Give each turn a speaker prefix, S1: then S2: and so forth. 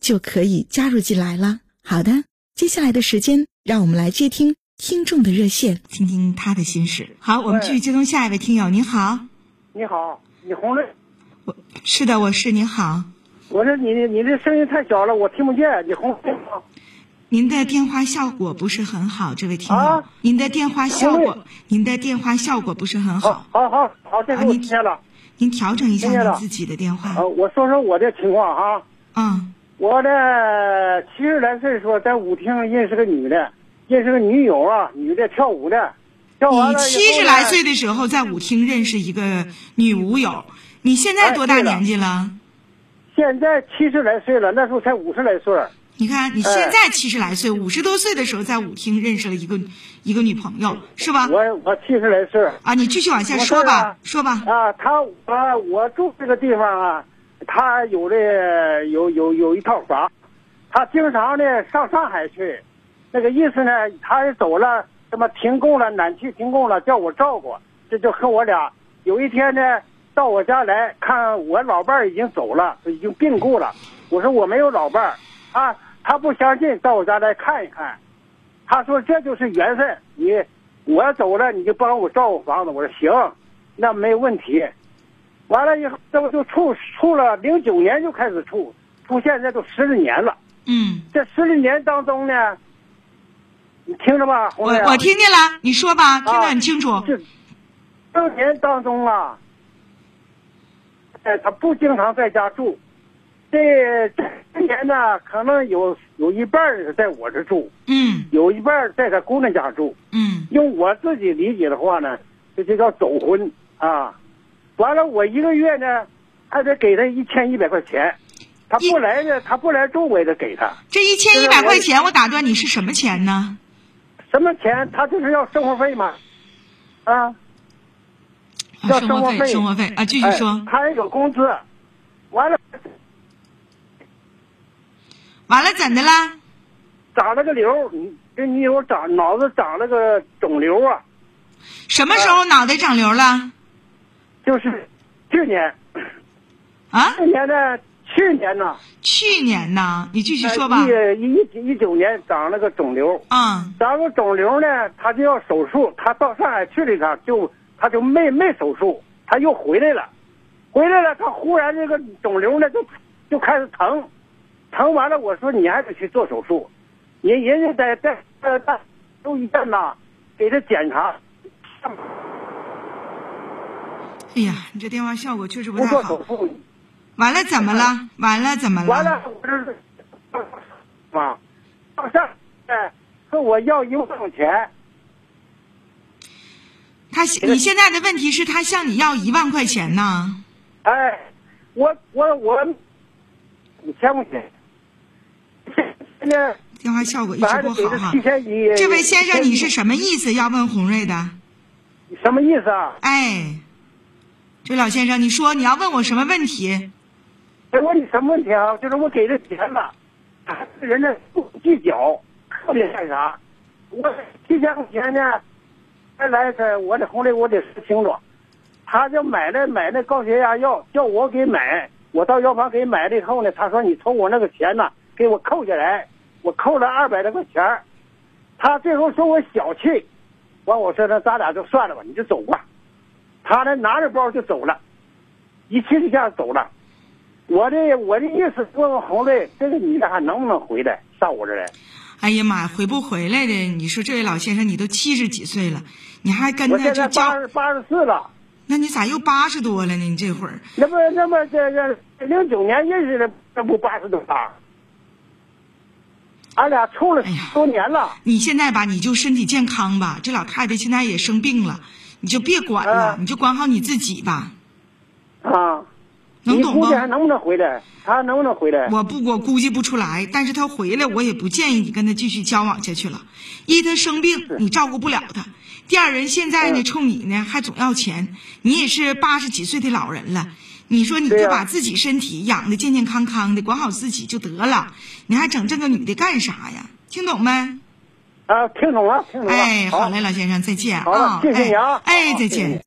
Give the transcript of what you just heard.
S1: 就可以加入进来了。好的，接下来的时间，让我们来接听听众的热线，听听他的心事。好，我们继续接通下一位听友。您好，
S2: 你好，你红瑞，
S1: 我是的，我是您好，
S2: 我说你你这声音太小了，我听不见。你红瑞吗？
S1: 您的电话效果不是很好，这位听友，
S2: 啊哎
S1: 您的电话效
S2: 红
S1: 果，您的电话效果不是很好，
S2: 好，好，好，好，这
S1: 啊
S2: 次
S1: 你
S2: 我听见了。
S1: 您调整一下
S2: 听见
S1: 您
S2: 了
S1: 自己的电话
S2: 呃，。我说说我这情况啊，
S1: 嗯
S2: 我这七十来岁的时候在舞厅认识个女的，认识个女友啊，女的跳舞的，跳哦完
S1: 你
S2: 了以后
S1: 七十
S2: 呢
S1: 来岁的时候在舞厅认识一个女舞友，你现在
S2: 哎
S1: 多大
S2: 对了
S1: 年纪了？
S2: 现在七十来岁了，那时候才五十来岁儿。
S1: 你看，你现在七十来岁，五十多岁的时候在舞厅认识了一个一个女朋友，是吧？
S2: 我我七十来岁儿
S1: 啊，你继续往下
S2: 我
S1: 说
S2: 这儿啊
S1: 吧，说吧。
S2: 啊，她我我住这个地方啊，她有这有有有一套房，她经常呢上上海去，那个意思呢，她也走了，什么停工了，暖气停工了，叫我照顾，这就和我俩有一天呢到我家来看我老伴儿已经走了，已经病故了，我说我没有老伴儿啊，她不相信，到我家来看一看。他说这就是缘分，你我要走了，你就帮我照顾房子。我说行，那没问题。完了以后，这不就处处了，零九年就开始处，处现在都十来年了。
S1: 嗯，
S2: 这十来年当中呢，你听着吧，红
S1: 我
S2: 梅啊
S1: 我听见了，你说吧，听得
S2: 啊
S1: 很清楚。
S2: 这当年当中啊，哎，他不经常在家住，这这今年呢，可能有有一半儿在我这住，
S1: 嗯
S2: 有一半儿在他姑娘家住。
S1: 嗯
S2: 用我自己理解的话呢，这就叫走婚啊。完了，我一个月呢，还得给他一千一百块钱。他
S1: 一
S2: 不来呢，他不来住，我也得给他。
S1: 这一千一百块钱，我打断你是什么钱呢？
S2: 什么钱？他就是要生活费嘛，啊，
S1: 啊
S2: 要
S1: 生
S2: 活
S1: 活费，
S2: 费，
S1: 生活费啊，继续
S2: 哎
S1: 说。
S2: 他也有工资。完了，
S1: 完了怎的啦？
S2: 长了个瘤，你这你有长脑子长了个肿瘤啊，
S1: 什么
S2: 哎
S1: 时候脑袋长瘤了？
S2: 就是去年，
S1: 啊，
S2: 去年呢，去年呢，
S1: 去年呢？你继续说吧。
S2: 呃一一一九年长了个肿瘤。
S1: 啊
S2: 然后肿瘤呢，他就要手术，他到上海去了一趟，就他就没没手术，他又回来了，回来了，他忽然这个肿瘤呢就就开始疼，疼完了，我说你还得去做手术，人人家在在在在都一站呐，给他检查，
S1: 哎呀，你这电话效果确实不
S2: 不
S1: 太
S2: 做
S1: 好
S2: 手。术，
S1: 完了怎么了？完了怎么了？
S2: 完了我这是啊，上上哎，说我要一万块钱，
S1: 他现你现在的问题是他向你要一万块钱呢？
S2: 哎，我我我五千块钱，现在。
S1: 电话效果一
S2: 反
S1: 直不
S2: 正给
S1: 好
S2: 这
S1: 哈
S2: 七。千一。
S1: 这位先生，你是
S2: 7100
S1: 什么意思？要问红瑞的？
S2: 什么意思啊？
S1: 哎，这位老先生，你说你要问我什么问题？
S2: 哎，问你什么问题啊？就是我给的钱吧，人家不计较，特别干啥？我七千块钱呢，再来一次，我得回来，我得说清楚。他就买了买那高血压药，叫我给买，我到药房给买了以后呢，他说你从我那个钱呢给我扣下来，我扣了二百来块钱儿他最后说我小气，完我说那咱俩就算了吧，你就走吧。他呢拿着包就走了，一气之下走了。我这我的意思问问红瑞，这个女的还能不能回来？上我这来。
S3: 哎呀妈，回不回来的？你说这位老先生，你都七十几岁了，你还跟
S2: 我
S3: 他
S2: 现
S3: 就
S2: 在
S3: 较
S2: 八，十八十四了，
S3: 那你咋又八十多了呢？你这会儿，
S2: 那不那么这这零九年认识的，那不八十多了？俺俩处了
S3: 哎呀
S2: 十多年了，
S3: 你现在吧，你就身体健康吧。这老太太现在也生病了，你就别管了，
S2: 啊
S3: 你就管好你自己吧，
S2: 啊，
S3: 能
S2: 你
S3: 懂
S2: 估计还
S3: 吗？
S2: 能不能回来？他能不能回来？
S3: 我不，我估计不出来，但是他回来，我也不建议你跟他继续交往下去了。一，他生病，你照顾不了他；第二，人现在呢，
S2: 嗯
S3: 冲你呢还总要钱，你也是八十几岁的老人了，你说你
S2: 对
S3: 就
S2: 呀
S3: 把自己身体养的健健康康的，管好自己就得了，你还整这个女的干啥呀？听懂没？
S2: 啊，听懂了，听懂了。
S3: 哎，
S2: 好
S3: 好嘞，老先生，再见
S2: 好了
S3: 啊！
S2: 谢谢你啊嗯
S3: 哎，哎
S2: 好
S3: 再
S2: 谢谢
S3: 见
S2: 你。